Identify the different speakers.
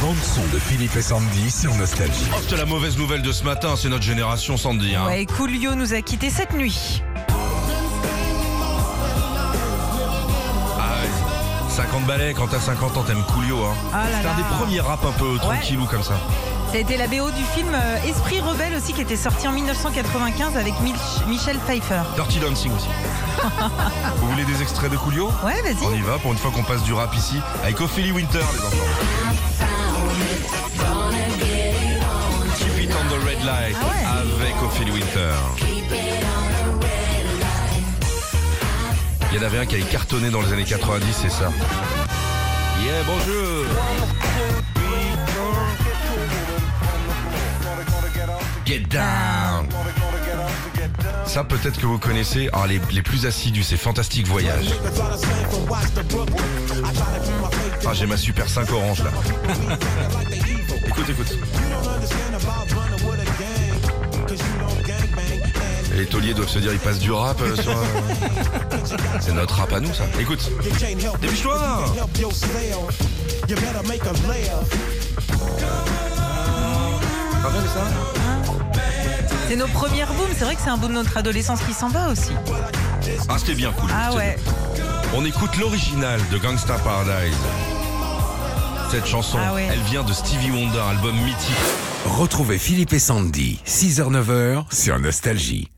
Speaker 1: bande-son de Philippe et Sandy sur Nostalgie.
Speaker 2: Oh, c'était la mauvaise nouvelle de ce matin, c'est notre génération Sandy. Hein.
Speaker 3: Ouais, et Coolio nous a quittés cette nuit.
Speaker 2: Ah ouais. 50 balais, quand t'as 50 ans, t'aimes Coolio. Hein.
Speaker 3: Ah là
Speaker 2: C'était un
Speaker 3: là.
Speaker 2: des premiers rap un peu tranquillou comme ça.
Speaker 3: Ça a été la BO du film euh, Esprit Rebelle aussi qui était sorti en 1995 avec Mich- Michel Pfeiffer.
Speaker 2: Dirty Dancing aussi. Vous voulez des extraits de Coolio
Speaker 3: Ouais,
Speaker 2: On
Speaker 3: vas-y.
Speaker 2: y va pour une fois qu'on passe du rap ici avec Ophélie Winter, les enfants. Keep it on the red light
Speaker 3: Ah ouais.
Speaker 2: avec Ophélie Winter. Il y en avait un qui avait cartonné dans les années 90, c'est ça. Yeah, bonjour Get down Ça peut-être que vous connaissez, Ah, les, les plus assidus, c'est Fantastique Voyage. Ah, j'ai ma super 5 orange là. écoute, écoute. Les tauliers doivent se dire, ils passent du rap euh, sur. un- C'est notre rap à nous, ça. Écoute. Dépêche-toi Pas mal, ça
Speaker 3: C'est nos premières booms. C'est vrai que c'est un bout de notre adolescence qui s'en va aussi.
Speaker 2: Ah, c'était bien cool.
Speaker 3: Ah
Speaker 2: c'était
Speaker 3: ouais.
Speaker 2: On écoute l'original de Gangsta Paradise. Cette chanson,
Speaker 3: Ah ouais.
Speaker 2: elle vient de Stevie Wonder, album mythique.
Speaker 1: Retrouvez Philippe et Sandy, 6h-9h sur Nostalgie.